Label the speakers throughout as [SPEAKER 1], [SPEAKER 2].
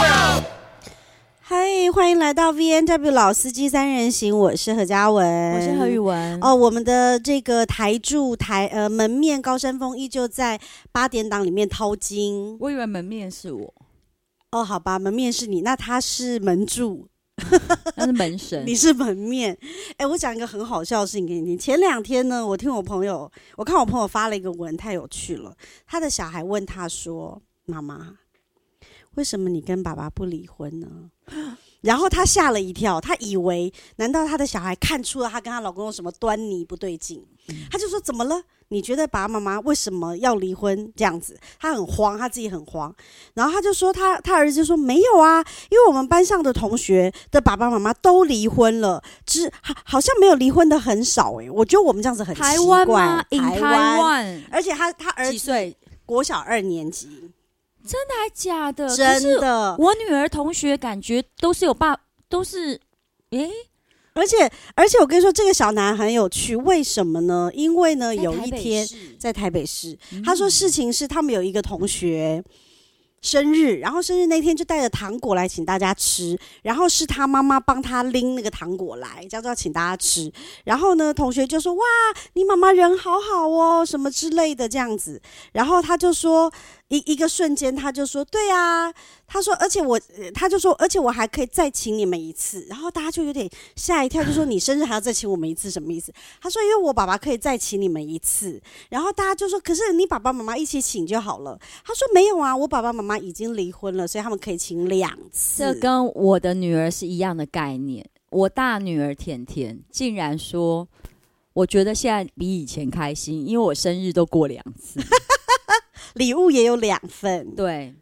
[SPEAKER 1] world.
[SPEAKER 2] 嗨，欢迎来到 V N W 老司机三人行，我是何嘉文，
[SPEAKER 3] 我是何宇。文。
[SPEAKER 2] 哦，我们的这个台柱台呃门面高山峰依旧在八点档里面掏金。
[SPEAKER 3] 我以为门面是我，
[SPEAKER 2] 哦，好吧，门面是你，那他是 门柱，
[SPEAKER 3] 那是门神。
[SPEAKER 2] 你是门面。哎，我讲一个很好笑的事情给你听。前两天呢，我听我朋友，我看我朋友发了一个文，太有趣了。他的小孩问他说：“妈妈，为什么你跟爸爸不离婚呢？” 然后他吓了一跳，他以为难道他的小孩看出了他跟她老公有什么端倪不对劲？
[SPEAKER 3] 嗯
[SPEAKER 2] 他就说：“怎么了？你觉得爸爸妈妈为什么要离婚这样子？”他很慌，他自己很慌。然后他就说他他儿子就说：“没有啊，因为我们班上的同学的爸爸妈妈都离婚了，只好好像没有离婚的很少诶、我觉得我们这样子很奇怪。
[SPEAKER 3] 台湾吗？In
[SPEAKER 2] 台
[SPEAKER 3] 台
[SPEAKER 2] 湾，
[SPEAKER 3] 湾，
[SPEAKER 2] 而且他他儿
[SPEAKER 3] 几
[SPEAKER 2] 子
[SPEAKER 3] 岁？
[SPEAKER 2] 国小二年级，
[SPEAKER 3] 太哎假的，
[SPEAKER 2] 真
[SPEAKER 3] 呃可是
[SPEAKER 2] 的。
[SPEAKER 3] 我女儿同学感觉都是有爸，都是，诶，
[SPEAKER 2] 而且而且我跟你说，这个小男孩很有趣，为什么呢？因为呢，有一天在台北市，
[SPEAKER 3] 嗯
[SPEAKER 2] 他说事情是他们有一个同学。生日，然后生日那天就带着糖果来请大家吃，然后是他妈妈帮他拎那个糖果来，叫做要请大家吃。然后呢，同学就说：“哇，你妈妈人好好哦，什么之类的这样子。”然后他就说一一个瞬间，他就说：“对啊。”他说：“而且我，呃他就说，而且我还可以再请你们一次。”然后大家就有点吓一跳，就说：“你生日还要再请我们一次，什么意思？”他说：“因为我爸爸可以再请你们一次。”然后大家就说：“可是你爸爸妈妈一起请就好了。”他说：“没有啊，我爸爸妈妈已经离婚了，所以他们可以请两次。”
[SPEAKER 3] 这跟我的女儿是一样的概念。我大女儿甜甜竟然说，我觉得现在比以前开心，因为我生日都过两次。
[SPEAKER 2] 礼物也有两份，
[SPEAKER 3] 对，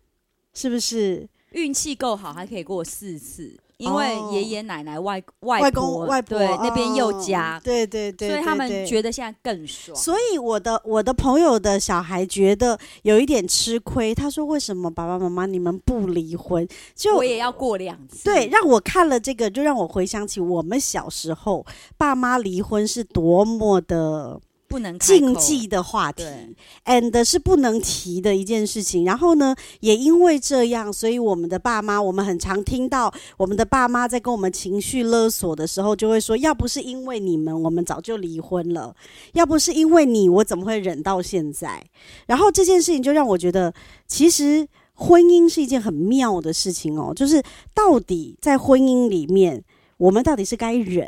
[SPEAKER 2] 是不是？
[SPEAKER 3] 运气够好还可以过四次，因为
[SPEAKER 2] 哦
[SPEAKER 3] 爷爷奶奶、外外
[SPEAKER 2] 外
[SPEAKER 3] 婆
[SPEAKER 2] 公外婆
[SPEAKER 3] 对那边又
[SPEAKER 2] 哦
[SPEAKER 3] 加，
[SPEAKER 2] 对对对，
[SPEAKER 3] 所以他们
[SPEAKER 2] 对对
[SPEAKER 3] 觉得现在更爽。
[SPEAKER 2] 所以我的我的朋友的小孩觉得有一点吃亏，他说为什么爸爸妈妈你们不离婚？就
[SPEAKER 3] 我也要过两次。
[SPEAKER 2] 对，让我看了这个，就让我回想起我们小时候爸妈离婚是多么的
[SPEAKER 3] 不能开
[SPEAKER 2] 禁
[SPEAKER 3] 口
[SPEAKER 2] 忌的话题
[SPEAKER 3] 对
[SPEAKER 2] ，and 是不能提的一件事情。然后呢，也因为这样，所以我们的爸妈，我们很常听到我们的爸妈在跟我们情绪勒索的时候，就会说：要不是因为你们，我们早就离婚了；要不是因为你，我怎么会忍到现在？然后这件事情就让我觉得，其实。婚姻是一件很妙的事情哦，就是到底在婚姻里面，我们到底是该忍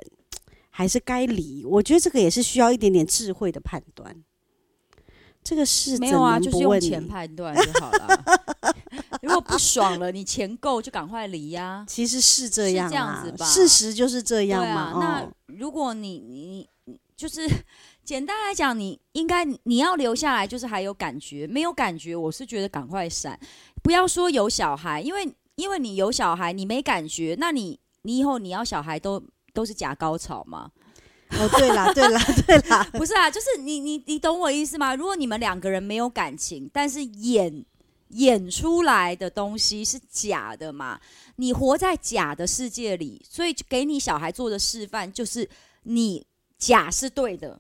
[SPEAKER 2] 还是该离？我觉得这个也是需要一点点智慧的判断。这个是
[SPEAKER 3] 没有啊，
[SPEAKER 2] 怎能
[SPEAKER 3] 就是
[SPEAKER 2] 不
[SPEAKER 3] 用
[SPEAKER 2] 问
[SPEAKER 3] 钱
[SPEAKER 2] 你
[SPEAKER 3] 判断就好了。 如果不爽了，你钱够就赶快离呀、
[SPEAKER 2] 其实是这样
[SPEAKER 3] 是这
[SPEAKER 2] 啊
[SPEAKER 3] 样子，吧
[SPEAKER 2] 事实就是这
[SPEAKER 3] 对
[SPEAKER 2] 样嘛。
[SPEAKER 3] 啊，
[SPEAKER 2] 哦、
[SPEAKER 3] 那如果你你你就是 简单来讲，你应该你要留下来，就是还有感觉，没有感觉，我是觉得赶快闪，不要说有小孩，因为因为你有小孩，你没感觉，那你你以后你要小孩都都是假高潮吗？
[SPEAKER 2] 哦，对啦，对啦，对啦，
[SPEAKER 3] 不是啊，就是你你你懂我意思吗？如果你们两个人没有感情，但是演演出来的东西是假的嘛，你活在假的世界里，所以给你小孩做的示范就是你假是对的，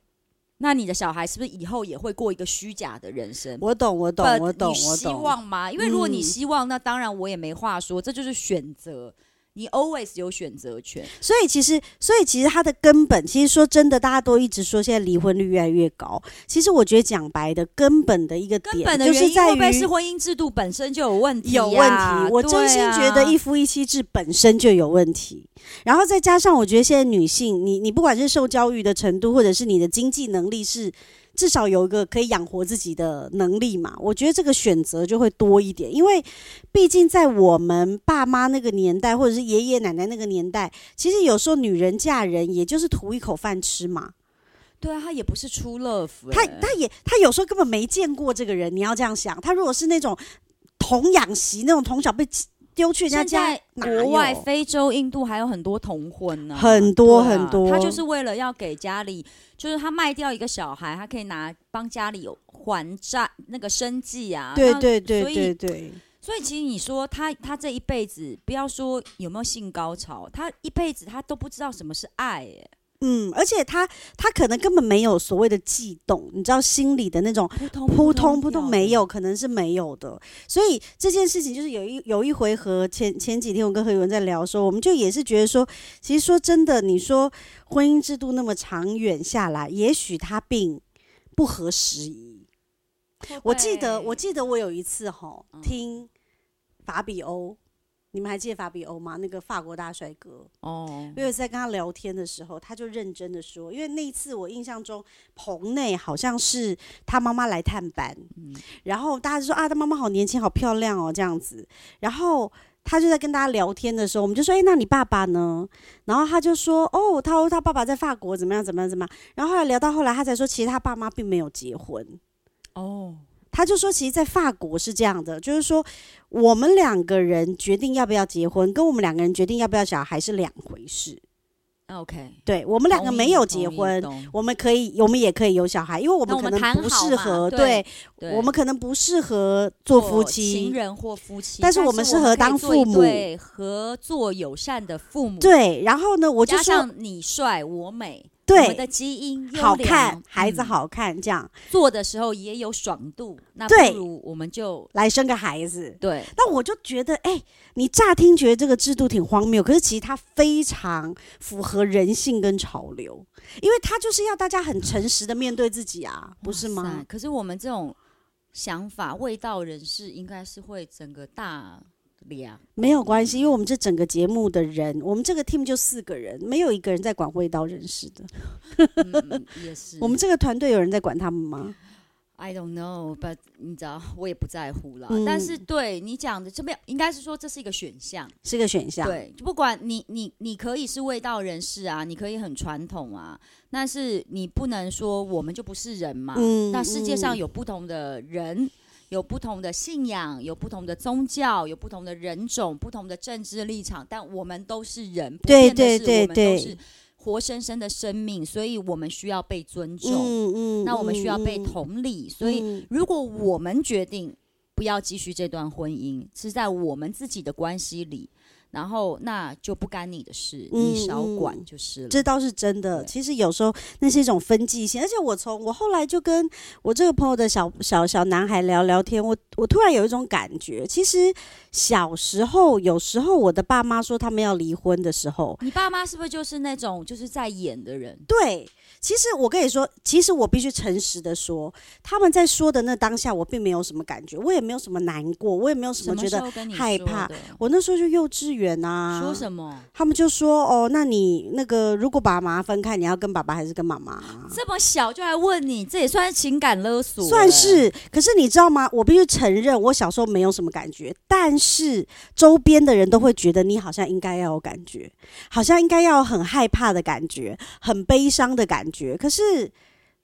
[SPEAKER 3] 那你的小孩是不是以后也会过一个虚假的人生？
[SPEAKER 2] 我懂，我懂，
[SPEAKER 3] But
[SPEAKER 2] 我懂
[SPEAKER 3] 你，
[SPEAKER 2] 我
[SPEAKER 3] 希
[SPEAKER 2] 懂。
[SPEAKER 3] 望吗？因为如果你
[SPEAKER 2] 嗯
[SPEAKER 3] 希望，那当然我也没话说，这就是选择。你 always 有选择权，
[SPEAKER 2] 所以其实，所以其实它的根本，其实说真的，大家都一直说现在离婚率越来越高。其实我觉得讲白的，根本的一个
[SPEAKER 3] 根
[SPEAKER 2] 点
[SPEAKER 3] 本的
[SPEAKER 2] 就
[SPEAKER 3] 原
[SPEAKER 2] 是
[SPEAKER 3] 因会
[SPEAKER 2] 在
[SPEAKER 3] 不会
[SPEAKER 2] 于
[SPEAKER 3] 是婚姻制度本身就有问题呀、
[SPEAKER 2] 有问题。我真心觉得
[SPEAKER 3] 对啊
[SPEAKER 2] 一夫一妻制本身就有问题，然后再加上我觉得现在女性，你你不管是受教育的程度，或者是你的经济能力是。至少有一个可以养活自己的能力嘛，我觉得这个选择就会多一点，因为毕竟在我们爸妈那个年代，或者是爷爷奶奶那个年代，其实有时候女人嫁人也就是图一口饭吃嘛，
[SPEAKER 3] 对啊，他也不是出 love，欸、
[SPEAKER 2] 他他也他有时候根本没见过这个人，你要这样想。他如果是那种童养媳那种从小被丢去
[SPEAKER 3] 现
[SPEAKER 2] 人家家
[SPEAKER 3] 在
[SPEAKER 2] 哪
[SPEAKER 3] 国外、
[SPEAKER 2] 有
[SPEAKER 3] 非洲、印度还有很多同婚呢、
[SPEAKER 2] 很多
[SPEAKER 3] 对啊
[SPEAKER 2] 很多
[SPEAKER 3] 他就是为了要给家里，就是他卖掉一个小孩，他可以拿帮家里有还债那个生计啊。
[SPEAKER 2] 对
[SPEAKER 3] 那
[SPEAKER 2] 对对
[SPEAKER 3] 所以
[SPEAKER 2] 对对，
[SPEAKER 3] 所以其实你说他他这一辈子，不要说有没有性高潮，他一辈子他都不知道什么是爱、欸，
[SPEAKER 2] 嗯，而且他他可能根本没有所谓的悸动，你知道心里的那种
[SPEAKER 3] 扑通
[SPEAKER 2] 扑啊通扑通
[SPEAKER 3] 跳
[SPEAKER 2] 没
[SPEAKER 3] 的，
[SPEAKER 2] 有，可能是没有的。所以这件事情就是有一有一回合前前几天我跟何宇文在聊说，我们就也是觉得说，其实说真的，你说婚姻制度那么长远下来，也许它并不合时宜。我记得我记得我有一次吼
[SPEAKER 3] 嗯
[SPEAKER 2] 听法比欧，你们还记得法比欧吗？那个法国大帅哥。
[SPEAKER 3] 哦
[SPEAKER 2] 我有一次在跟他聊天的时候，他就认真的说，因为那一次我印象中，棚内好像是他妈妈来探班，
[SPEAKER 3] 嗯
[SPEAKER 2] 然后大家就说啊，他妈妈好年轻，好漂亮哦，这样子。然后他就在跟大家聊天的时候，我们就说，哎、那你爸爸呢？然后他就说，哦，他说他爸爸在法国怎么样，怎么样，怎么样。然后后来聊到后来，他才说，其实他爸妈并没有结婚。
[SPEAKER 3] 哦，
[SPEAKER 2] 他就说，其实，在法国是这样的，就是说，我们两个人决定要不要结婚，跟我们两个人决定要不要小孩是两回事。
[SPEAKER 3] 那 OK，
[SPEAKER 2] 对我们两个
[SPEAKER 3] 同意
[SPEAKER 2] 没有结，婚，
[SPEAKER 3] 嗯同意懂
[SPEAKER 2] 我们可以，我们也可以有小孩，因为我
[SPEAKER 3] 那我
[SPEAKER 2] 们可
[SPEAKER 3] 们
[SPEAKER 2] 能
[SPEAKER 3] 谈
[SPEAKER 2] 不
[SPEAKER 3] 好
[SPEAKER 2] 适
[SPEAKER 3] 嘛
[SPEAKER 2] 合，
[SPEAKER 3] 对对
[SPEAKER 2] 我们可能不适合做夫
[SPEAKER 3] 情
[SPEAKER 2] 妻，
[SPEAKER 3] 人或夫妻，
[SPEAKER 2] 但是
[SPEAKER 3] 是
[SPEAKER 2] 我们适合当父母
[SPEAKER 3] 对，合作友善的父母，，
[SPEAKER 2] 对。然后呢，我就
[SPEAKER 3] 加
[SPEAKER 2] 说
[SPEAKER 3] 上你帅我美，我们
[SPEAKER 2] 对，
[SPEAKER 3] 的基因优
[SPEAKER 2] 好
[SPEAKER 3] 良
[SPEAKER 2] 看，孩子，
[SPEAKER 3] 嗯
[SPEAKER 2] 好看，这样
[SPEAKER 3] 做的时候也有爽度，那
[SPEAKER 2] 对
[SPEAKER 3] 不如我们就
[SPEAKER 2] 来生个孩子。
[SPEAKER 3] 对
[SPEAKER 2] 那我就觉得，哎、你乍听觉得这个制度挺荒谬，可是其实它非常符合人性跟潮流，因为它就是要大家很诚实的面对自己啊，不是
[SPEAKER 3] 哇塞
[SPEAKER 2] 吗？
[SPEAKER 3] 可是我们这种想法，味道人士应该是会整个大凉。
[SPEAKER 2] 没有关系，因为我们这整个节目的人，我们这个 team 就四个人，没有一个人在管味道人士的。
[SPEAKER 3] 嗯嗯也是，
[SPEAKER 2] 我们这个团队有人在管他们吗？
[SPEAKER 3] I don't know，but 你知道，我也不在乎啦。
[SPEAKER 2] 嗯
[SPEAKER 3] 但是对你讲的这边，应该是说这是一个选项。
[SPEAKER 2] 是个选项。，
[SPEAKER 3] 对，就不管你你你可以是味道人士啊，你可以很传统啊，但是你不能说我们就不是人嘛。
[SPEAKER 2] 嗯
[SPEAKER 3] 啊那世界上
[SPEAKER 2] 嗯
[SPEAKER 3] 有不同的人，有不同的信仰，有不同的宗教，有不同的人种，不同的政治立场，但我们都是人，不
[SPEAKER 2] 对
[SPEAKER 3] 变的是
[SPEAKER 2] 对
[SPEAKER 3] 我们都
[SPEAKER 2] 对
[SPEAKER 3] 是活生生的生命，所以我们需要被尊重，
[SPEAKER 2] 嗯嗯
[SPEAKER 3] 那我们需要被
[SPEAKER 2] 嗯
[SPEAKER 3] 同理，所以
[SPEAKER 2] 嗯
[SPEAKER 3] 如果我们决定不要继续这段婚姻，是在我们自己的关系里，然后那就不干你的事，
[SPEAKER 2] 嗯
[SPEAKER 3] 你少管
[SPEAKER 2] 嗯
[SPEAKER 3] 就是了。
[SPEAKER 2] 这倒是真的。
[SPEAKER 3] 对
[SPEAKER 2] 其实有时候那是一种分界线，而且我从我后来就跟我这个朋友的小小小男孩聊聊天，我我突然有一种感觉，其实小时候有时候我的爸妈说他们要离婚的时候，
[SPEAKER 3] 你爸妈是不是就是那种就是在演的人？
[SPEAKER 2] 对，其实我跟你说，其实我必须诚实的说，他们在说的那当下，我并没有什么感觉，我也没有什么难过，我也没有什
[SPEAKER 3] 什
[SPEAKER 2] 么
[SPEAKER 3] 么
[SPEAKER 2] 觉
[SPEAKER 3] 时
[SPEAKER 2] 得。
[SPEAKER 3] 候跟你
[SPEAKER 2] 害
[SPEAKER 3] 说
[SPEAKER 2] 怕
[SPEAKER 3] 的？
[SPEAKER 2] 我那时候就幼稚园啊，
[SPEAKER 3] 说什么？
[SPEAKER 2] 他们就说：“哦，那你那个如果爸妈分开，你要跟爸爸还是跟妈啊妈？”
[SPEAKER 3] 这么小就来问你，这也算是情感勒索了？
[SPEAKER 2] 算是，可是你知道吗？我必须承认，我小时候没有什么感觉，但是周边的人都会觉得你好像应该要有感觉，好像应该要有很害怕的感觉，很悲伤的感觉。可是，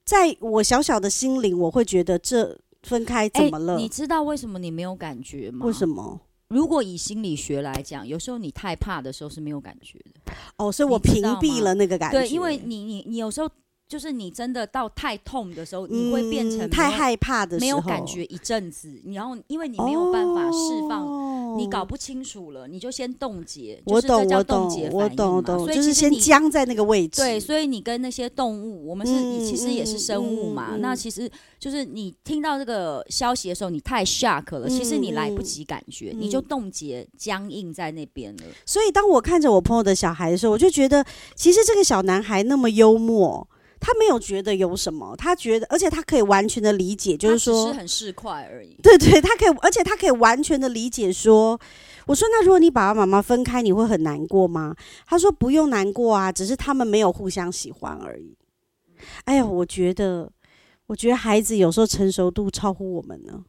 [SPEAKER 2] 在我小小的心灵，我会觉得这分开怎
[SPEAKER 3] 哎
[SPEAKER 2] 么了？
[SPEAKER 3] 你知道为什么你没有感觉吗？
[SPEAKER 2] 为什
[SPEAKER 3] 么？
[SPEAKER 2] 么？
[SPEAKER 3] 如果以心理学来讲，有时候你太怕的时候是没有感觉的。
[SPEAKER 2] 哦，所以我
[SPEAKER 3] 你知
[SPEAKER 2] 屏
[SPEAKER 3] 道
[SPEAKER 2] 蔽
[SPEAKER 3] 吗
[SPEAKER 2] 了那个感觉，
[SPEAKER 3] 对，因为你你你有时候就是你真的到太痛的时候，你会变成没有
[SPEAKER 2] 嗯太害怕的时候，
[SPEAKER 3] 没有感觉一阵子，你然后因为你没有办法释放。
[SPEAKER 2] 哦
[SPEAKER 3] 你搞不清楚了，你就先冻结，
[SPEAKER 2] 我
[SPEAKER 3] 就是这
[SPEAKER 2] 懂，我
[SPEAKER 3] 叫冻
[SPEAKER 2] 懂
[SPEAKER 3] 结，
[SPEAKER 2] 我
[SPEAKER 3] 反应
[SPEAKER 2] 懂，我
[SPEAKER 3] 嘛
[SPEAKER 2] 懂，
[SPEAKER 3] 所以
[SPEAKER 2] 就是
[SPEAKER 3] 其实
[SPEAKER 2] 先
[SPEAKER 3] 你
[SPEAKER 2] 僵在那个位置。
[SPEAKER 3] 对，所以你跟那些动物，我们是、
[SPEAKER 2] 嗯
[SPEAKER 3] 其实也是生物嘛、
[SPEAKER 2] 嗯嗯嗯
[SPEAKER 3] 那其实就是你听到这个消息的时候，你太 shock 了，其实你来不及感觉，
[SPEAKER 2] 嗯嗯
[SPEAKER 3] 你就冻结僵硬在那边了。
[SPEAKER 2] 所以当我看着我朋友的小孩的时候，我就觉得，其实这个小男孩那么幽默，他没有觉得有什么，他觉得，而且他可以完全的理解，就是
[SPEAKER 3] 它只是
[SPEAKER 2] 说，
[SPEAKER 3] 很市侩而已。
[SPEAKER 2] 对对，他可以，而且他可以完全的理解说，我说那如果你爸爸妈妈分开，你会很难过吗？他说不用难过啊，只是他们没有互相喜欢而已。哎呀，我觉得，我觉得孩子有时候成熟度超乎我们呢。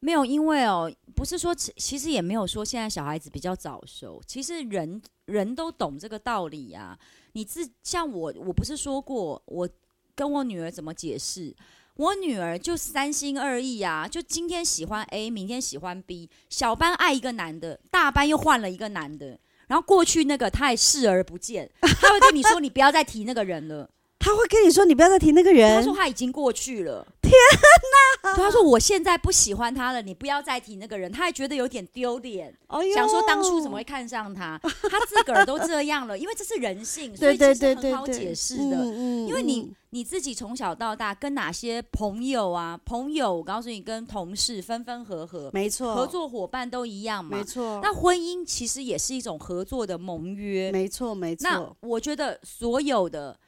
[SPEAKER 3] 没有，因为哦，不是说其其实也没有说现在小孩子比较早熟，其实人人都懂这个道理啊。你自像我，我不是说过我跟我女儿怎么解释？我女儿就三心二意啊，就今天喜欢 A，明天喜欢 B，小班爱一个男的，大班又换了一个男的，然后过去那个她也视而不见，她会跟你说你不要再提那个人了，
[SPEAKER 2] 他会跟你说你不要再提那个
[SPEAKER 3] 她
[SPEAKER 2] 人
[SPEAKER 3] 说，他已经过去了，天哪！她说我现在不喜欢他了，你不要再提那个人，她还觉得有点丢脸。
[SPEAKER 2] 哎呦
[SPEAKER 3] 想说当初怎么会看上他？他自个儿都这样了，因为这是人性，所以
[SPEAKER 2] 对
[SPEAKER 3] 其
[SPEAKER 2] 对
[SPEAKER 3] 实
[SPEAKER 2] 对
[SPEAKER 3] 很
[SPEAKER 2] 对
[SPEAKER 3] 好
[SPEAKER 2] 对，
[SPEAKER 3] 解释的。
[SPEAKER 2] 嗯
[SPEAKER 3] 因为你
[SPEAKER 2] 嗯
[SPEAKER 3] 你自己从小到大跟哪些朋友啊，朋友，我告诉你，跟同事分分合合，
[SPEAKER 2] 没错，
[SPEAKER 3] 合作伙伴都一样
[SPEAKER 2] 没
[SPEAKER 3] 嘛。
[SPEAKER 2] 错，
[SPEAKER 3] 那婚姻其实也是一种合作的盟约。
[SPEAKER 2] 没错没
[SPEAKER 3] 那
[SPEAKER 2] 错，
[SPEAKER 3] 我觉得所有的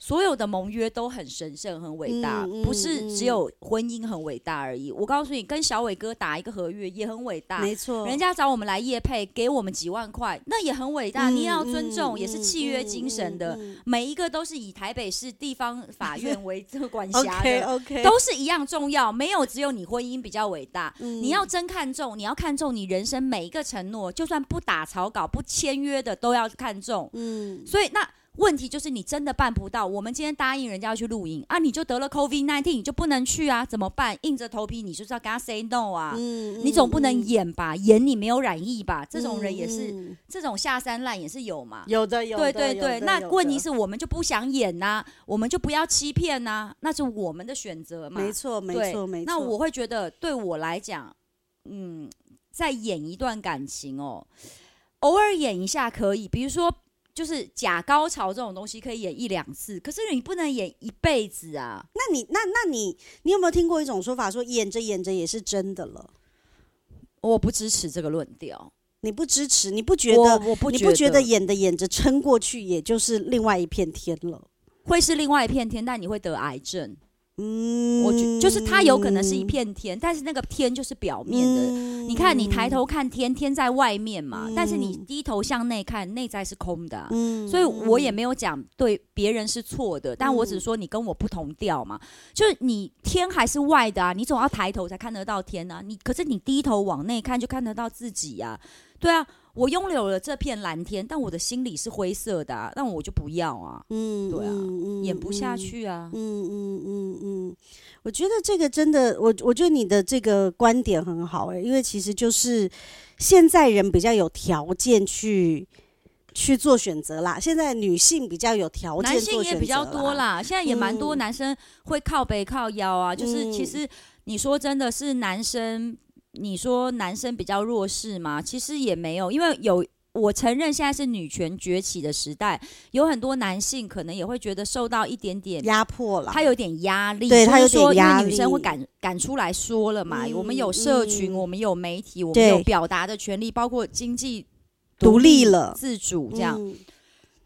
[SPEAKER 3] 所有的盟约都很神圣、很伟大，
[SPEAKER 2] 嗯嗯
[SPEAKER 3] 不是只有婚姻很伟大而已。我告诉你，跟小伟哥打一个合约也很伟大，
[SPEAKER 2] 没错，
[SPEAKER 3] 人家找我们来业配，给我们几万块，那也很伟大，
[SPEAKER 2] 嗯
[SPEAKER 3] 你也要尊重，
[SPEAKER 2] 嗯
[SPEAKER 3] 也是契约精神的。
[SPEAKER 2] 嗯嗯嗯
[SPEAKER 3] 每一个都是以台北市地方法院为这个管 辖
[SPEAKER 2] OK
[SPEAKER 3] 的，
[SPEAKER 2] OK，
[SPEAKER 3] 都是一样重要，没有只有你婚姻比较伟大。你
[SPEAKER 2] 你
[SPEAKER 3] 要真看重，你要看重你人生每一个承诺，就算不打草稿、不签约的都要看重。
[SPEAKER 2] 嗯
[SPEAKER 3] 所以那问题就是你真的办不到。我们今天答应人家要去露营啊，你就得了 COVID nineteen，你就不能去啊，怎么办？硬着头皮，你就是要跟他 say no 啊。
[SPEAKER 2] 嗯
[SPEAKER 3] 你总不能
[SPEAKER 2] 嗯
[SPEAKER 3] 演吧？演你没有染疫吧？这种人也是，
[SPEAKER 2] 嗯嗯
[SPEAKER 3] 这种下三滥也是有嘛。
[SPEAKER 2] 有的有
[SPEAKER 3] 对
[SPEAKER 2] 的，
[SPEAKER 3] 对
[SPEAKER 2] 有
[SPEAKER 3] 对，
[SPEAKER 2] 的
[SPEAKER 3] 那
[SPEAKER 2] 有
[SPEAKER 3] 问
[SPEAKER 2] 的
[SPEAKER 3] 题是我们就不想演呐、我们就不要欺骗呐、那是我们的选择嘛。
[SPEAKER 2] 没错没
[SPEAKER 3] 对
[SPEAKER 2] 错没错，
[SPEAKER 3] 那我会觉得，对我来讲，嗯，在演一段感情哦，偶尔演一下可以，比如说就是假高潮这种东西可以演一两次，可是你不能演一辈子啊。
[SPEAKER 2] 那你那那你你有没有听过一种说法，说演着演着也是真的了？
[SPEAKER 3] 我不支持这个论调，
[SPEAKER 2] 你不支持，你不觉得，
[SPEAKER 3] 我我不
[SPEAKER 2] 你不觉得演着演着撑过去，也就是另外一片天了？
[SPEAKER 3] 会是另外一片天，但你会得癌症。
[SPEAKER 2] 嗯，
[SPEAKER 3] 我觉就是它有可能是一片天，但是那个天就是表面的。
[SPEAKER 2] 嗯
[SPEAKER 3] 你看，你抬，头看天，天在外面嘛，
[SPEAKER 2] 嗯
[SPEAKER 3] 但是你低头向内看，内在是空的啊、
[SPEAKER 2] 嗯嗯
[SPEAKER 3] 所以我也没有讲对别人是错的，但我只说你跟我不同调嘛，就是你天还是外的啊，你总要抬头才看得到天啊，你可是你低头往内看就看得到自己呀、对啊，我拥有了这片蓝天，但我的心里是灰色的、啊，那我就不要啊，
[SPEAKER 2] 嗯，
[SPEAKER 3] 对啊
[SPEAKER 2] 嗯
[SPEAKER 3] 演不下。去啊，
[SPEAKER 2] 嗯嗯嗯嗯嗯，我觉得这个真的，我我觉得你的这个观点很好诶、因为其实就是现在人比较有条件去去做选择啦，现在女性比较有条件
[SPEAKER 3] 男
[SPEAKER 2] 做选择
[SPEAKER 3] 性
[SPEAKER 2] 啦，
[SPEAKER 3] 也比较多啦，现在也蛮多男生会靠背靠腰啊，就是
[SPEAKER 2] 嗯
[SPEAKER 3] 其实你说真的是男生，你说男生比较弱势嘛，其实也没有，因为有。我承认现在是女权崛起的时代，有很多男性可能也会觉得受到一点点，
[SPEAKER 2] 压迫啦，
[SPEAKER 3] 他有点压力，
[SPEAKER 2] 对他有
[SPEAKER 3] 就是说
[SPEAKER 2] 点压
[SPEAKER 3] 因为女生
[SPEAKER 2] 力
[SPEAKER 3] 会敢敢出来说了嘛，
[SPEAKER 2] 嗯
[SPEAKER 3] 我们有社群，
[SPEAKER 2] 嗯
[SPEAKER 3] 我们有媒体，我们
[SPEAKER 2] 对
[SPEAKER 3] 有表达的权利，包括经济
[SPEAKER 2] 独立了
[SPEAKER 3] 自主这样。
[SPEAKER 2] 嗯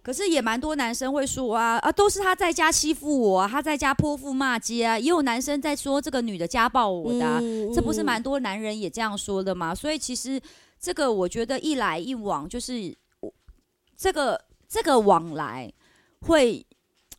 [SPEAKER 3] 可是也蛮多男生会说啊啊，都是他在家欺负我、啊，他在家泼妇骂街啊，也有男生在说这个女的家暴我的啊、
[SPEAKER 2] 嗯
[SPEAKER 3] 这不是
[SPEAKER 2] 嗯
[SPEAKER 3] 蛮多男人也这样说的吗？所以其实这个我觉得一来一往，就是我这个这个往来会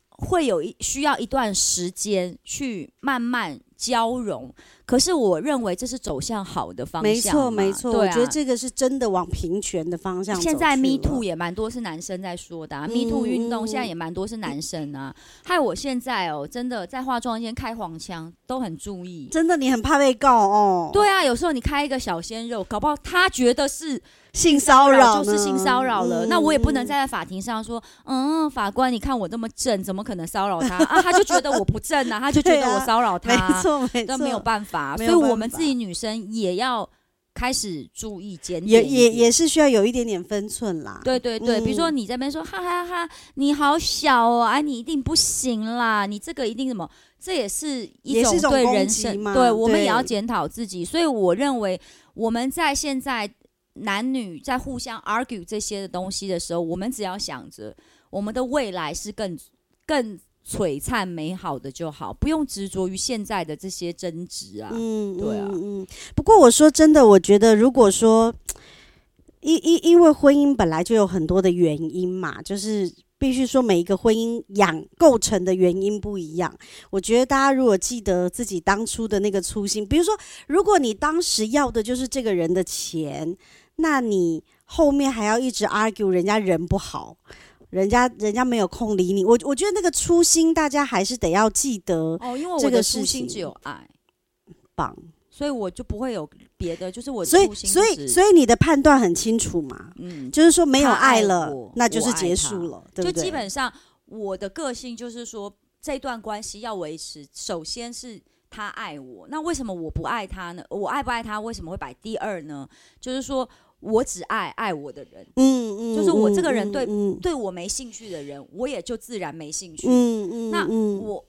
[SPEAKER 3] 会有一需要一段时间去慢慢交融。可是我认为这是走向好的方向嘛，
[SPEAKER 2] 嗯没错没错，
[SPEAKER 3] 对
[SPEAKER 2] 我
[SPEAKER 3] 啊、
[SPEAKER 2] 觉得这个是真的往平权的方向走去了。
[SPEAKER 3] 现在 Me Too 也蛮多是男生在说的、啊 m e
[SPEAKER 2] 嗯
[SPEAKER 3] Too 运
[SPEAKER 2] 嗯
[SPEAKER 3] 动
[SPEAKER 2] 嗯
[SPEAKER 3] 现在也蛮多是男生啊，害我现在哦，真的在化妆间开黄腔都很注意。
[SPEAKER 2] 真的你很怕被告哦，，
[SPEAKER 3] 对啊，有时候你开一个小鲜肉，搞不好他觉得是
[SPEAKER 2] 性骚扰
[SPEAKER 3] 就是性骚扰了，
[SPEAKER 2] 呢嗯
[SPEAKER 3] 那我也不能站在法庭上说，嗯，法官，你看我这么正，怎么可能骚扰他啊？他就觉得我不正啊，他就觉
[SPEAKER 2] 对
[SPEAKER 3] 得
[SPEAKER 2] 啊
[SPEAKER 3] 我骚扰
[SPEAKER 2] 嗯没
[SPEAKER 3] 他，
[SPEAKER 2] 错没错，
[SPEAKER 3] 那没有办法，
[SPEAKER 2] 没
[SPEAKER 3] 所
[SPEAKER 2] 有
[SPEAKER 3] 以我们
[SPEAKER 2] 办法
[SPEAKER 3] 自己女生也要开始注意检
[SPEAKER 2] 也
[SPEAKER 3] 点一
[SPEAKER 2] 也
[SPEAKER 3] 点
[SPEAKER 2] 也是需要有一点点分寸啦。
[SPEAKER 3] 对对对，比如说
[SPEAKER 2] 嗯
[SPEAKER 3] 你这边说哈哈哈，你好小哦，啊，你一定不行啦，你这个一定什么，这也是一
[SPEAKER 2] 也是一种
[SPEAKER 3] 对
[SPEAKER 2] 攻
[SPEAKER 3] 人
[SPEAKER 2] 击
[SPEAKER 3] 生，
[SPEAKER 2] 嘛
[SPEAKER 3] 对我们也要
[SPEAKER 2] 对
[SPEAKER 3] 检讨自己。所以我认为我们在现在男女在互相 argue 这些的东西的时候，我们只要想着我们的未来是更更璀璨美好的就好，不用执着于现在的这些争执啊。
[SPEAKER 2] 嗯，
[SPEAKER 3] 对啊
[SPEAKER 2] 嗯嗯。不过我说真的，我觉得如果说，因因因为婚姻本来就有很多的原因嘛，就是必须说每一个婚姻养构成的原因不一样。我觉得大家如果记得自己当初的那个初心，比如说，如果你当时要的就是这个人的钱，那你后面还要一直 argue 人家人不好。人家人家没有空理你。我我觉得那个初心，大家还是得要记得，
[SPEAKER 3] 哦，因为
[SPEAKER 2] 这
[SPEAKER 3] 我
[SPEAKER 2] 个
[SPEAKER 3] 的
[SPEAKER 2] 事
[SPEAKER 3] 初心只
[SPEAKER 2] 情
[SPEAKER 3] 有爱，
[SPEAKER 2] 棒。
[SPEAKER 3] 所以我就不会有别的，就是我的
[SPEAKER 2] 所以
[SPEAKER 3] 初心
[SPEAKER 2] 所以
[SPEAKER 3] 就是
[SPEAKER 2] 所以你的判断很清楚嘛，
[SPEAKER 3] 嗯，
[SPEAKER 2] 就是说没有
[SPEAKER 3] 他爱
[SPEAKER 2] 爱了
[SPEAKER 3] 我，
[SPEAKER 2] 那就
[SPEAKER 3] 我
[SPEAKER 2] 是
[SPEAKER 3] 爱
[SPEAKER 2] 结
[SPEAKER 3] 他
[SPEAKER 2] 束了，对
[SPEAKER 3] 就
[SPEAKER 2] 不对？
[SPEAKER 3] 基本上我的个性就是说，这段关系要维持，首先是他爱我。那为什么我不爱他呢？我爱不爱他，为什么会摆第二呢？就是说我只爱爱我的人，
[SPEAKER 2] 嗯嗯，
[SPEAKER 3] 就是我
[SPEAKER 2] 嗯
[SPEAKER 3] 这个人
[SPEAKER 2] 嗯
[SPEAKER 3] 对
[SPEAKER 2] 嗯
[SPEAKER 3] 对我没兴趣的人，我也就自然没兴趣。
[SPEAKER 2] 嗯嗯，
[SPEAKER 3] 那
[SPEAKER 2] 嗯
[SPEAKER 3] 我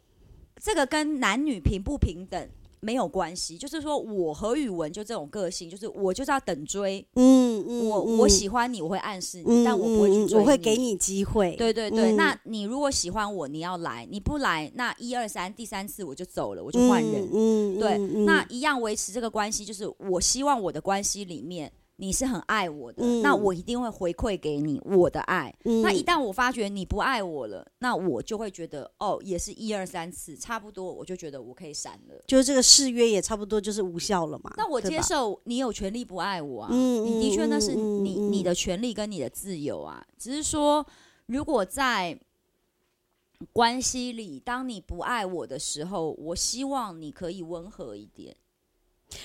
[SPEAKER 3] 这个跟男女平不平等没有关系，就是说我和宇文就这种个性，就是我就是要等追，
[SPEAKER 2] 嗯嗯，
[SPEAKER 3] 我
[SPEAKER 2] 嗯
[SPEAKER 3] 我喜欢你，我会暗示你，
[SPEAKER 2] 嗯
[SPEAKER 3] 但我不会去
[SPEAKER 2] 嗯嗯
[SPEAKER 3] 追
[SPEAKER 2] 我会给你机会，
[SPEAKER 3] 对对对，
[SPEAKER 2] 嗯
[SPEAKER 3] 那你如果喜欢我，你要来；你不来，那一二三第三次我就走了，我
[SPEAKER 2] 嗯，
[SPEAKER 3] 就换人。
[SPEAKER 2] 嗯，嗯
[SPEAKER 3] 对，
[SPEAKER 2] 嗯
[SPEAKER 3] 那一样维持这个关系，就是我希望我的关系里面你是很爱我的，
[SPEAKER 2] 嗯
[SPEAKER 3] 那我一定会回馈给你我的爱。
[SPEAKER 2] 嗯
[SPEAKER 3] 那一旦我发觉你不爱我了，那我就会觉得哦，也是一二三次差不多，我就觉得我可以闪了。
[SPEAKER 2] 就是这个誓约也差不多就是无效了嘛，
[SPEAKER 3] 那我
[SPEAKER 2] 对
[SPEAKER 3] 接
[SPEAKER 2] 吧，
[SPEAKER 3] 受你有权利不爱我啊，
[SPEAKER 2] 嗯
[SPEAKER 3] 你的确那
[SPEAKER 2] 嗯
[SPEAKER 3] 是
[SPEAKER 2] 嗯
[SPEAKER 3] 你、
[SPEAKER 2] 嗯
[SPEAKER 3] 你的权利跟你的自由啊。只是说，如果在关系里，当你不爱我的时候，我希望你可以温和一点。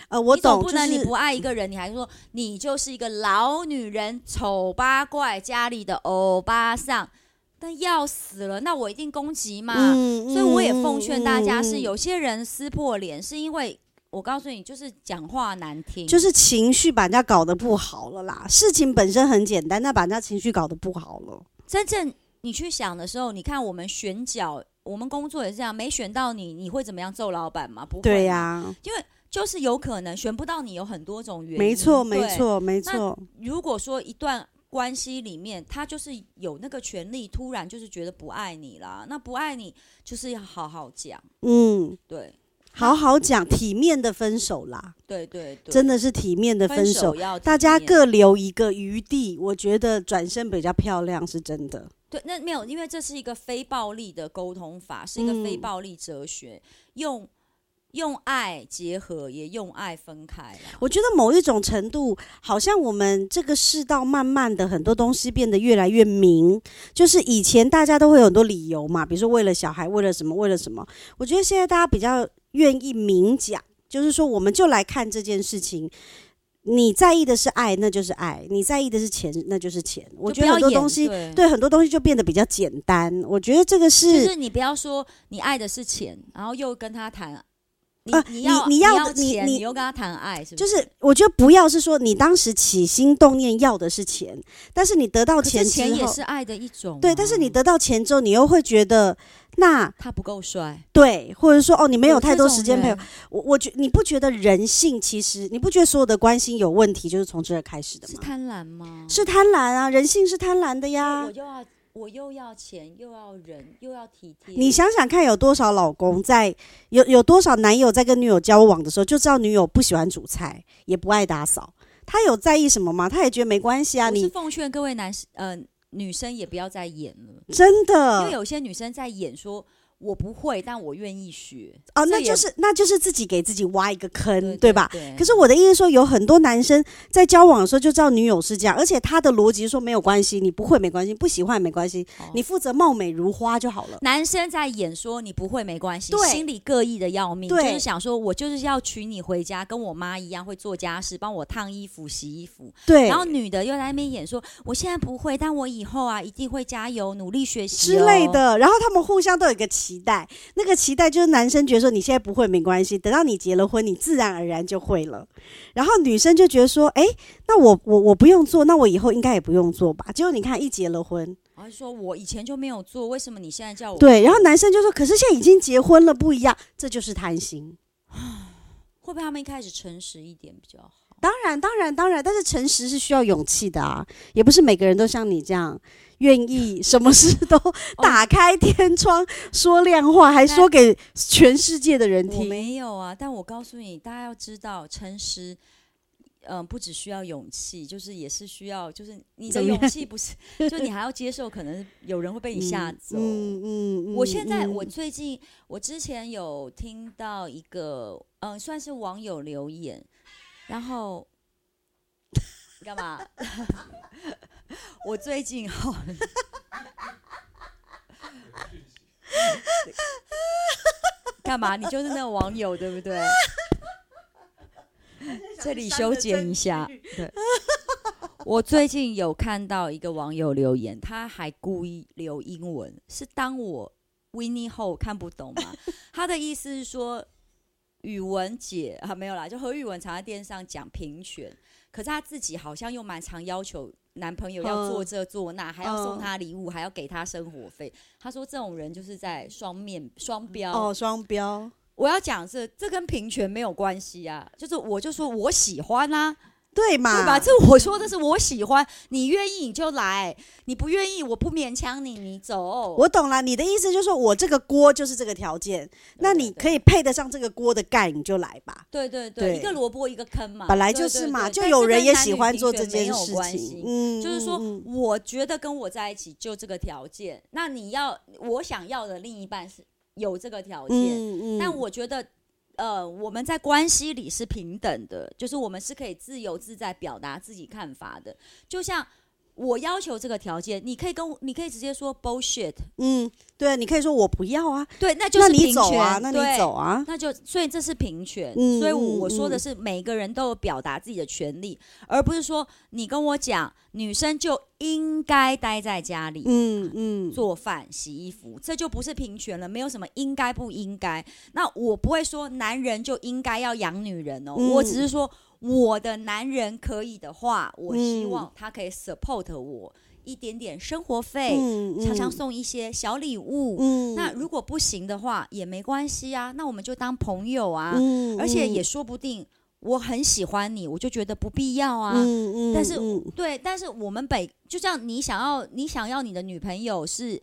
[SPEAKER 2] 呃，我
[SPEAKER 3] 你总
[SPEAKER 2] 懂，
[SPEAKER 3] 不
[SPEAKER 2] 就
[SPEAKER 3] 能
[SPEAKER 2] 是
[SPEAKER 3] 你不爱一个人，你还说你就是一个老女人、丑八怪、家里的欧巴桑，但要死了，那我一定攻击嘛。
[SPEAKER 2] 嗯
[SPEAKER 3] 所以我也奉劝大家，
[SPEAKER 2] 嗯
[SPEAKER 3] 是
[SPEAKER 2] 嗯
[SPEAKER 3] 有些人撕破脸，是因为我告诉你，就是讲话难听，
[SPEAKER 2] 就是情绪把人家搞得不好了啦。事情本身很简单，但把人家情绪搞得不好了。
[SPEAKER 3] 真正你去想的时候，你看我们选角，我们工作也是这样，没选到你，你会怎么样揍老板吗？不会，
[SPEAKER 2] 对呀、、
[SPEAKER 3] 就是有可能选不到你，有很多种原因，
[SPEAKER 2] 没错，没
[SPEAKER 3] 对。
[SPEAKER 2] 错，没错。
[SPEAKER 3] 如果说一段关系里面，他就是有那个权利，突然就是觉得不爱你啦，那不爱你就是要好好讲，
[SPEAKER 2] 嗯，
[SPEAKER 3] 对
[SPEAKER 2] 好好讲，体面的分手啦，
[SPEAKER 3] 对对对，
[SPEAKER 2] 真的是体面的
[SPEAKER 3] 分
[SPEAKER 2] 分手。
[SPEAKER 3] 要体
[SPEAKER 2] 大家
[SPEAKER 3] 面
[SPEAKER 2] 各留一个余地，我觉得转身比较漂亮，是真的。
[SPEAKER 3] 对，那没有，因为这是一个非暴力的沟通法，是一个非
[SPEAKER 2] 嗯
[SPEAKER 3] 暴力哲学，用用爱结合，也用爱分开啦。
[SPEAKER 2] 我觉得某一种程度，好像我们这个世道慢慢的很多东西变得越来越明，就是以前大家都会有很多理由嘛，比如说为了小孩，为了什么，为了什么。我觉得现在大家比较愿意明讲，就是说我们就来看这件事情。你在意的是爱，那就是爱；你在意的是钱，那就是钱。我
[SPEAKER 3] 就不
[SPEAKER 2] 觉得
[SPEAKER 3] 要
[SPEAKER 2] 很多
[SPEAKER 3] 演
[SPEAKER 2] 东西，
[SPEAKER 3] 对，
[SPEAKER 2] 对很多东西就变得比较简单。我觉得这个
[SPEAKER 3] 就是是你不要说你爱的是钱，然后又跟他谈，你、
[SPEAKER 2] 啊
[SPEAKER 3] 你要
[SPEAKER 2] 你你
[SPEAKER 3] 要
[SPEAKER 2] 要你
[SPEAKER 3] 钱，
[SPEAKER 2] 你
[SPEAKER 3] 又跟他谈爱，是不
[SPEAKER 2] 就是我觉得不要是说你当时起心动念要的是钱，但是你得到
[SPEAKER 3] 可是
[SPEAKER 2] 钱之
[SPEAKER 3] 钱也
[SPEAKER 2] 后
[SPEAKER 3] 是，爱的一种啊、
[SPEAKER 2] 对，但是你得到钱之后，你又会觉得那
[SPEAKER 3] 他不够帅，
[SPEAKER 2] 对，或者说哦，你没有
[SPEAKER 3] 这
[SPEAKER 2] 太多
[SPEAKER 3] 种
[SPEAKER 2] 时间陪我
[SPEAKER 3] 人，
[SPEAKER 2] 我，我觉你不觉得人性其实你不觉得所有的关心有问题就是从这儿开始的
[SPEAKER 3] 是
[SPEAKER 2] 吗？
[SPEAKER 3] 贪婪吗？
[SPEAKER 2] 是啊贪婪啊，人性是贪婪的呀
[SPEAKER 3] 我。又要我又要钱，又要人，又要体贴，
[SPEAKER 2] 你想想看，有多少老公在有有多少男友在跟女友交往的时候，就知道女友不喜欢煮菜，也不爱打扫，他有在意什么吗？他也觉得没关系啊，
[SPEAKER 3] 我是
[SPEAKER 2] 你
[SPEAKER 3] 奉劝各位男呃女生也不要再演了，
[SPEAKER 2] 真
[SPEAKER 3] 因
[SPEAKER 2] 的
[SPEAKER 3] 为有些女生在演说我不会，但我愿意学，
[SPEAKER 2] 哦，
[SPEAKER 3] 这
[SPEAKER 2] 那
[SPEAKER 3] 也
[SPEAKER 2] 就是那就是自己给自己挖一个坑，
[SPEAKER 3] 对
[SPEAKER 2] 嗯对吧？可是我的意思是说，有很多男生在交往的时候就知道女友是这样，而且他的逻辑是说没有关系，你不会没关系，不喜欢没关系，
[SPEAKER 3] 哦
[SPEAKER 2] 你负责貌美如花就好了。
[SPEAKER 3] 男生在演说你不会没关系，
[SPEAKER 2] 对
[SPEAKER 3] 心里各异的要命，就
[SPEAKER 2] 对
[SPEAKER 3] 是想说我就是要娶你回家，跟我妈一样会做家事，帮我烫衣服、洗衣服。
[SPEAKER 2] 对，
[SPEAKER 3] 然后女的又在那边演说，我现在不会，但我以后啊一定会加油，努力学习、哦
[SPEAKER 2] 之类。的，然后他们互相都有一个期待，那个期待就是男生觉得说你现在不会没关系，等到你结了婚，你自然而然就会了。然后女生就觉得说，哎，那我我我不用做，那我以后应该也不用做吧？结果你看一结了婚，
[SPEAKER 3] 然后就说我以前就没有做，为什么你现在叫我？
[SPEAKER 2] 对，然后男生就说，可是现在已经结婚了，不一样，这就是贪心。
[SPEAKER 3] 会不会他们一开始诚实一点比较好？
[SPEAKER 2] 当然，当然，当然，但是诚实是需要勇气的啊，也不是每个人都像你这样愿 意什么事都打开天窗说亮话，还说给全世界的人
[SPEAKER 3] 我
[SPEAKER 2] 听。
[SPEAKER 3] 没有啊，但我告诉你，大家要知道，诚实，嗯、不只需要勇气，就是也是需要，就是你的
[SPEAKER 2] 怎么样
[SPEAKER 3] 勇气不是，就你还要接受，可能有人会被你吓走。
[SPEAKER 2] 嗯嗯嗯
[SPEAKER 3] 哦我现在，
[SPEAKER 2] 嗯
[SPEAKER 3] 我最近，我之前有听到一个，嗯、算是网友留言，然后 你干嘛？我最近哈， 干嘛？你就是那个网友，对不对？这里修剪一下。对，我最近有看到一个网友留言，他还故意留英文，是当我 Winnie 后看不懂吗？他的意思是说，语文姐啊没有啦，就何宇文常在电视上讲平权，可是他自己好像又蛮常要求男朋友要做这做那，还要送他礼物，还要给他生活费。他说这种人就是在双面双标。
[SPEAKER 2] 哦，双标，
[SPEAKER 3] 我要讲这这跟平权没有关系啊，就是我就说我喜欢啊，
[SPEAKER 2] 对
[SPEAKER 3] 对
[SPEAKER 2] 嘛
[SPEAKER 3] 吧？？这我说的是我喜欢，你愿意你就来，你不愿意我不勉强你，你走。我
[SPEAKER 2] 我懂了，你的意思就是说我这个锅就是这个条件，那你可
[SPEAKER 3] 以
[SPEAKER 2] 以配得上这个锅的盖，你就来吧。
[SPEAKER 3] 对对对，一
[SPEAKER 2] 对
[SPEAKER 3] 个萝卜一个坑嘛，
[SPEAKER 2] 本来
[SPEAKER 3] 啊对
[SPEAKER 2] 就是
[SPEAKER 3] 对
[SPEAKER 2] 嘛，
[SPEAKER 3] 对
[SPEAKER 2] 就
[SPEAKER 3] 但
[SPEAKER 2] 有
[SPEAKER 3] 这
[SPEAKER 2] 人
[SPEAKER 3] 跟
[SPEAKER 2] 也
[SPEAKER 3] 男
[SPEAKER 2] 喜
[SPEAKER 3] 女
[SPEAKER 2] 欢
[SPEAKER 3] 平
[SPEAKER 2] 做
[SPEAKER 3] 权
[SPEAKER 2] 这件
[SPEAKER 3] 没有
[SPEAKER 2] 事
[SPEAKER 3] 关
[SPEAKER 2] 情
[SPEAKER 3] 系，
[SPEAKER 2] 嗯
[SPEAKER 3] 就是说
[SPEAKER 2] 嗯，嗯
[SPEAKER 3] 我觉得跟我在一起就这个条件，那你要我想要的另一半是有这个条件，
[SPEAKER 2] 嗯嗯
[SPEAKER 3] 但我觉得。呃，我们在关系里是平等的，就是我们是可以自由自在表达自己看法的。就像我要求这个条件，你可以跟我，你可以直接说 bullshit，
[SPEAKER 2] 嗯，对，你可以说我不要啊，
[SPEAKER 3] 对，那就
[SPEAKER 2] 那
[SPEAKER 3] 是
[SPEAKER 2] 你
[SPEAKER 3] 平
[SPEAKER 2] 走啊，
[SPEAKER 3] 权
[SPEAKER 2] 那
[SPEAKER 3] 对
[SPEAKER 2] 你走啊，
[SPEAKER 3] 那就所以这是平权，
[SPEAKER 2] 嗯
[SPEAKER 3] 所以我
[SPEAKER 2] 嗯
[SPEAKER 3] 我说的
[SPEAKER 2] 嗯
[SPEAKER 3] 是每个人都有表达自己的权利，而不是说你跟我讲女生就应该待在家里。
[SPEAKER 2] 嗯嗯，
[SPEAKER 3] 做饭、洗衣服，这就不是平权了，没有什么应该不应该。那我不会说男人就应该要养女人哦，
[SPEAKER 2] 嗯
[SPEAKER 3] 我只是说我的男人可以的话，我希
[SPEAKER 2] 嗯
[SPEAKER 3] 望他可以 support 我一点点生活费，
[SPEAKER 2] 嗯
[SPEAKER 3] 常常
[SPEAKER 2] 嗯
[SPEAKER 3] 送一些小礼物，
[SPEAKER 2] 嗯
[SPEAKER 3] 那如果不行的话也没关系啊，那我们就当朋友啊，
[SPEAKER 2] 嗯
[SPEAKER 3] 而且也
[SPEAKER 2] 嗯
[SPEAKER 3] 说不定我很喜欢你，我就觉得不必要啊。
[SPEAKER 2] 嗯嗯，
[SPEAKER 3] 但是
[SPEAKER 2] 嗯
[SPEAKER 3] 对，但是我们北就像你想要你想要你的女朋友是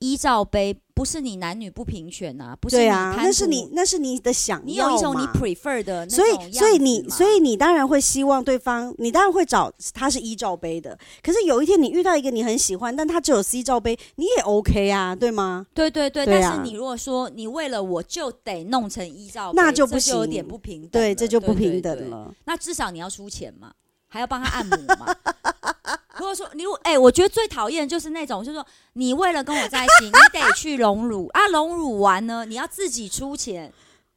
[SPEAKER 3] 依照杯，不是你男女不平权啊，不是
[SPEAKER 2] 对
[SPEAKER 3] 你
[SPEAKER 2] 啊，
[SPEAKER 3] 贪
[SPEAKER 2] 那是
[SPEAKER 3] 图
[SPEAKER 2] 你那是你的想
[SPEAKER 3] 你
[SPEAKER 2] 要
[SPEAKER 3] 有一种你
[SPEAKER 2] 嘛
[SPEAKER 3] prefer 的那
[SPEAKER 2] 所
[SPEAKER 3] 种
[SPEAKER 2] 以，所以
[SPEAKER 3] 样子
[SPEAKER 2] 你，
[SPEAKER 3] 嘛
[SPEAKER 2] 所以你当然会希望对方，你当然会找他是一罩杯的。可是有一天你遇到一个你很喜欢，但他只有 C 罩杯，你也 OK 啊，对吗？
[SPEAKER 3] 对对对，
[SPEAKER 2] 对
[SPEAKER 3] 但
[SPEAKER 2] 啊
[SPEAKER 3] 是你如果说你为了我就得弄成依照
[SPEAKER 2] 那
[SPEAKER 3] 杯
[SPEAKER 2] 就
[SPEAKER 3] 这
[SPEAKER 2] 不
[SPEAKER 3] 有
[SPEAKER 2] 行
[SPEAKER 3] 点不平等了，
[SPEAKER 2] 对，这就不平
[SPEAKER 3] 对
[SPEAKER 2] 等
[SPEAKER 3] 对
[SPEAKER 2] 了。
[SPEAKER 3] 那至少你要出钱嘛，还要帮他按摩嘛。 如果说你如果哎、我觉得最讨厌就是那种，就是说你为了跟我在一起，你得去隆乳啊，隆乳完呢，你要自己出钱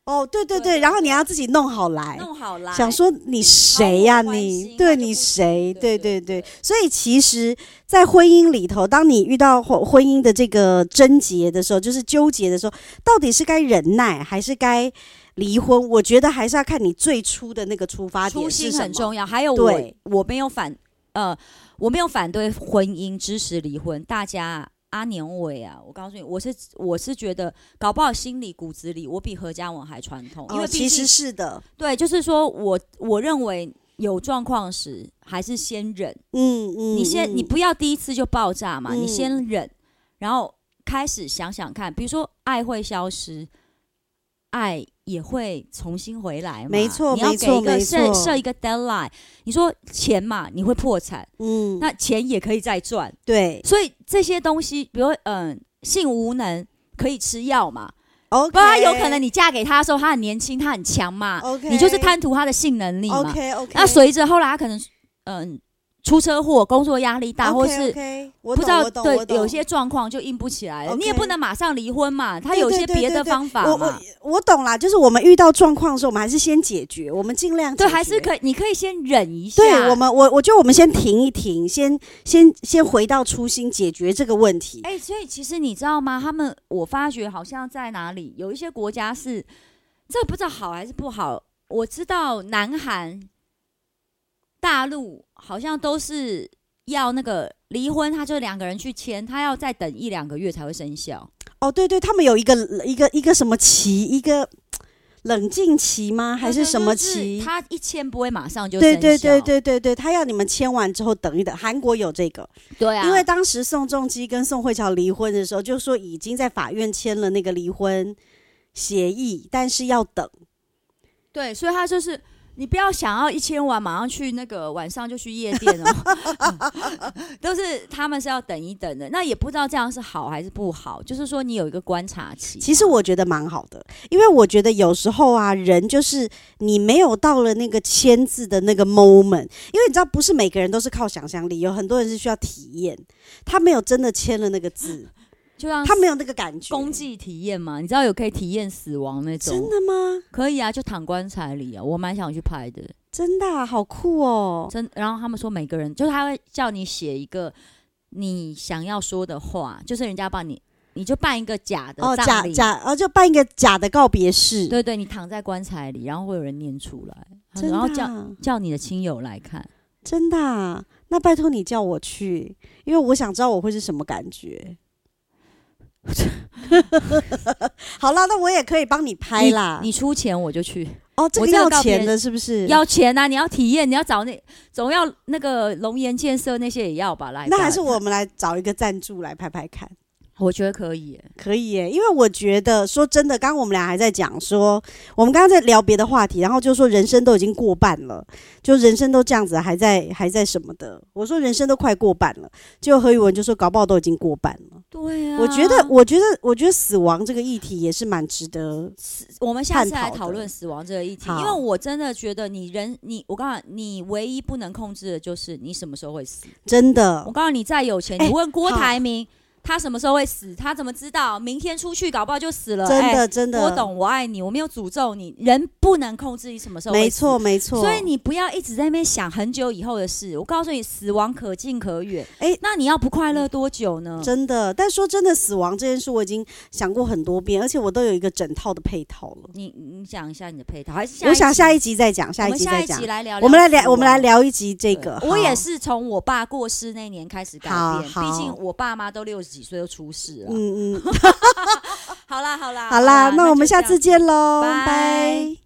[SPEAKER 2] 哦，对对
[SPEAKER 3] 对
[SPEAKER 2] 对，
[SPEAKER 3] 对
[SPEAKER 2] 然后你要自己弄好来。
[SPEAKER 3] 弄好啦。
[SPEAKER 2] 哎想说你谁呀、
[SPEAKER 3] 毫无关
[SPEAKER 2] 你
[SPEAKER 3] 心那
[SPEAKER 2] 对
[SPEAKER 3] 就不
[SPEAKER 2] 你
[SPEAKER 3] 行
[SPEAKER 2] 谁？对
[SPEAKER 3] 对
[SPEAKER 2] 对
[SPEAKER 3] 对
[SPEAKER 2] 对
[SPEAKER 3] 对，
[SPEAKER 2] 所以其实，在婚姻里头，当你遇到婚婚姻的这个症结的时候，就是纠结的时候，到底是该忍耐还是该离婚？我觉得还是要看你最初的那个出发
[SPEAKER 3] 初
[SPEAKER 2] 点是
[SPEAKER 3] 心
[SPEAKER 2] 什
[SPEAKER 3] 很
[SPEAKER 2] 么。
[SPEAKER 3] 重要。还有我
[SPEAKER 2] 对
[SPEAKER 3] 我没有反呃，我没有反对婚姻，支持离婚。大家阿年伟啊，我告诉你，我是我是觉得，搞不好心里骨子里我比何嘉文还传统，因为
[SPEAKER 2] 哦
[SPEAKER 3] 毕
[SPEAKER 2] 其
[SPEAKER 3] 竟
[SPEAKER 2] 实是的，
[SPEAKER 3] 对，就是说我我认为有状况时还是先忍，
[SPEAKER 2] 嗯嗯，
[SPEAKER 3] 你先你
[SPEAKER 2] 嗯
[SPEAKER 3] 不要第一次就爆炸嘛，
[SPEAKER 2] 嗯
[SPEAKER 3] 你先忍，然后开始想想看，比如说爱会消失，爱也会重新回来嘛，
[SPEAKER 2] 没错
[SPEAKER 3] 你要
[SPEAKER 2] 没
[SPEAKER 3] 给
[SPEAKER 2] 错
[SPEAKER 3] 一个
[SPEAKER 2] 没
[SPEAKER 3] 设
[SPEAKER 2] 错
[SPEAKER 3] 设一个 deadline，你说钱嘛，你会破产，
[SPEAKER 2] 嗯，
[SPEAKER 3] 那钱也可以再赚，
[SPEAKER 2] 对
[SPEAKER 3] 所以这些东西，比如说嗯、性无能可以吃药嘛，
[SPEAKER 2] ，OK，
[SPEAKER 3] 不然有可能你嫁给他的时候，他很年轻，他很强嘛
[SPEAKER 2] OK
[SPEAKER 3] 你就是贪图他的性能力嘛。
[SPEAKER 2] OK OK，
[SPEAKER 3] 那随着后来他可能嗯出车祸，工作压力大，或是。
[SPEAKER 2] 不
[SPEAKER 3] 不知道
[SPEAKER 2] 对
[SPEAKER 3] 对有些状况就硬不起来了
[SPEAKER 2] OK
[SPEAKER 3] 你也不能马上离婚嘛，他
[SPEAKER 2] 对
[SPEAKER 3] 有一些
[SPEAKER 2] 对对
[SPEAKER 3] 别的
[SPEAKER 2] 对对
[SPEAKER 3] 方法
[SPEAKER 2] 我
[SPEAKER 3] 嘛
[SPEAKER 2] 我，我懂啦，就是我们遇到状况的时候，我们还是先解决，我们尽量
[SPEAKER 3] 对，
[SPEAKER 2] 解
[SPEAKER 3] 还是
[SPEAKER 2] 决。
[SPEAKER 3] 可以，你可以先忍一下，
[SPEAKER 2] 对我们，我我觉得我们先停一停，先先先回到初心，解决这个问题。
[SPEAKER 3] 哎、所以其实你知道吗？他们我发觉好像在哪里有一些国家是，这不知道好还是不好。我知道南韩、大陆好像都是要那个离婚，他就两个人去签，他要再等一两个月才会生效。
[SPEAKER 2] 哦，对对，他们有一个一个一个什么期，一个冷静期吗？还是什么期？
[SPEAKER 3] 他一签不会马上就生
[SPEAKER 2] 对
[SPEAKER 3] 效。
[SPEAKER 2] 对对对对对，他要你们签完之后等一等。韩国有这个，
[SPEAKER 3] 对啊！
[SPEAKER 2] 因为当时宋仲基跟宋慧乔离婚的时候，就说已经在法院签了那个离婚协议，但是要等。
[SPEAKER 3] 对，所以他就是你不要想要一千万马上去那个晚上就去夜店哦， 嗯都是他们是要等一等的。那也不知道这样是好还是不好，就是说你有一个观察期。
[SPEAKER 2] 其实我觉得蛮好的，因为我觉得有时候啊，人就是你没有到了那个签字的那个 moment，因为你知道，不是每个人都是靠想象力，有很多人是需要体验，他没有真的签了那个字。
[SPEAKER 3] 就让
[SPEAKER 2] 他没有那个感觉。
[SPEAKER 3] 公祭体验嘛，你知道有可以体验死亡那种，
[SPEAKER 2] 真的吗？
[SPEAKER 3] 可以啊，就躺棺材里啊，我蛮想去拍的。
[SPEAKER 2] 真的、啊、好酷哦！
[SPEAKER 3] 真，然后他们说每个人就是他会叫你写一个你想要说的话，就是人家帮你，你就办一个假的
[SPEAKER 2] 哦，
[SPEAKER 3] 葬
[SPEAKER 2] 假
[SPEAKER 3] 礼，
[SPEAKER 2] 假，哦，就办一个假的告别式，
[SPEAKER 3] 对对，你躺在棺材里，然后会有人念出来，他说
[SPEAKER 2] 真的
[SPEAKER 3] 然
[SPEAKER 2] 啊、
[SPEAKER 3] 后叫叫你的亲友来看。
[SPEAKER 2] 真的啊、那拜托你叫我去，因为我想知道我会是什么感觉。 好啦，那我也可以帮你拍啦。
[SPEAKER 3] 你你出钱我就去，
[SPEAKER 2] 哦，这
[SPEAKER 3] 我
[SPEAKER 2] 个
[SPEAKER 3] 这个
[SPEAKER 2] 要
[SPEAKER 3] 告别
[SPEAKER 2] 钱的，是不啊是？
[SPEAKER 3] 要钱啊！你要体验，你要找那总要那个龙岩建设那些也要吧？来吧，
[SPEAKER 2] 那还是我们来找一个赞助来拍拍看，
[SPEAKER 3] 我觉得可以耶。
[SPEAKER 2] 可以耶。因为我觉得说真的，刚刚我们俩还在讲说，我们刚刚在聊别的话题，然后就说人生都已经过半了，就人生都这样子，还在还在什么的。我说人生都快过半了，结果何宇文就说搞不好都已经过半了。
[SPEAKER 3] 对啊，
[SPEAKER 2] 我觉得，我觉得，我觉得死亡这个议题也是蛮值得。
[SPEAKER 3] 我们下次
[SPEAKER 2] 探讨
[SPEAKER 3] 来
[SPEAKER 2] 的
[SPEAKER 3] 讨论死亡这个议题，
[SPEAKER 2] 好
[SPEAKER 3] 因为我真的觉得你人你我告诉你，你唯一不能控制的就是你什么时候会死。
[SPEAKER 2] 真
[SPEAKER 3] 我
[SPEAKER 2] 的，
[SPEAKER 3] 告诉你，再有钱，
[SPEAKER 2] 哎
[SPEAKER 3] 你问郭台铭，他什么时候会死？他怎么知道？明天出去搞不好就死了。
[SPEAKER 2] 真
[SPEAKER 3] 哎
[SPEAKER 2] 的，真的，
[SPEAKER 3] 我懂，我爱你，我没有诅咒你。人不能控制你什么时候会
[SPEAKER 2] 没
[SPEAKER 3] 死
[SPEAKER 2] 错，。没错。
[SPEAKER 3] 所以你不要一直在那边想很久以后的事。我告诉你，死亡可近可远。哎、
[SPEAKER 2] 哎
[SPEAKER 3] 那你要不快乐多久呢？
[SPEAKER 2] 真的，但说真的，死亡这件事我已经想过很多遍，而且我都有一个整套的配套了。
[SPEAKER 3] 你你讲一下你的配套，还是下
[SPEAKER 2] 我想下
[SPEAKER 3] 一
[SPEAKER 2] 一集再讲，
[SPEAKER 3] 我
[SPEAKER 2] 下一
[SPEAKER 3] 们
[SPEAKER 2] 集
[SPEAKER 3] 下
[SPEAKER 2] 再
[SPEAKER 3] 一
[SPEAKER 2] 讲
[SPEAKER 3] 集。来聊聊死亡，
[SPEAKER 2] 我们来聊，我们来聊一集这
[SPEAKER 3] 对。
[SPEAKER 2] 个。
[SPEAKER 3] 我也
[SPEAKER 2] 好，
[SPEAKER 3] 是从我爸过世那年开始改
[SPEAKER 2] 好
[SPEAKER 3] 变，毕
[SPEAKER 2] 好
[SPEAKER 3] 竟我爸妈都六十几岁都出事了。
[SPEAKER 2] 嗯嗯，
[SPEAKER 3] 好啦好啦
[SPEAKER 2] 好啦，那我
[SPEAKER 3] 就
[SPEAKER 2] 们
[SPEAKER 3] 这
[SPEAKER 2] 下
[SPEAKER 3] 样
[SPEAKER 2] 次见喽，
[SPEAKER 3] 拜
[SPEAKER 2] 拜。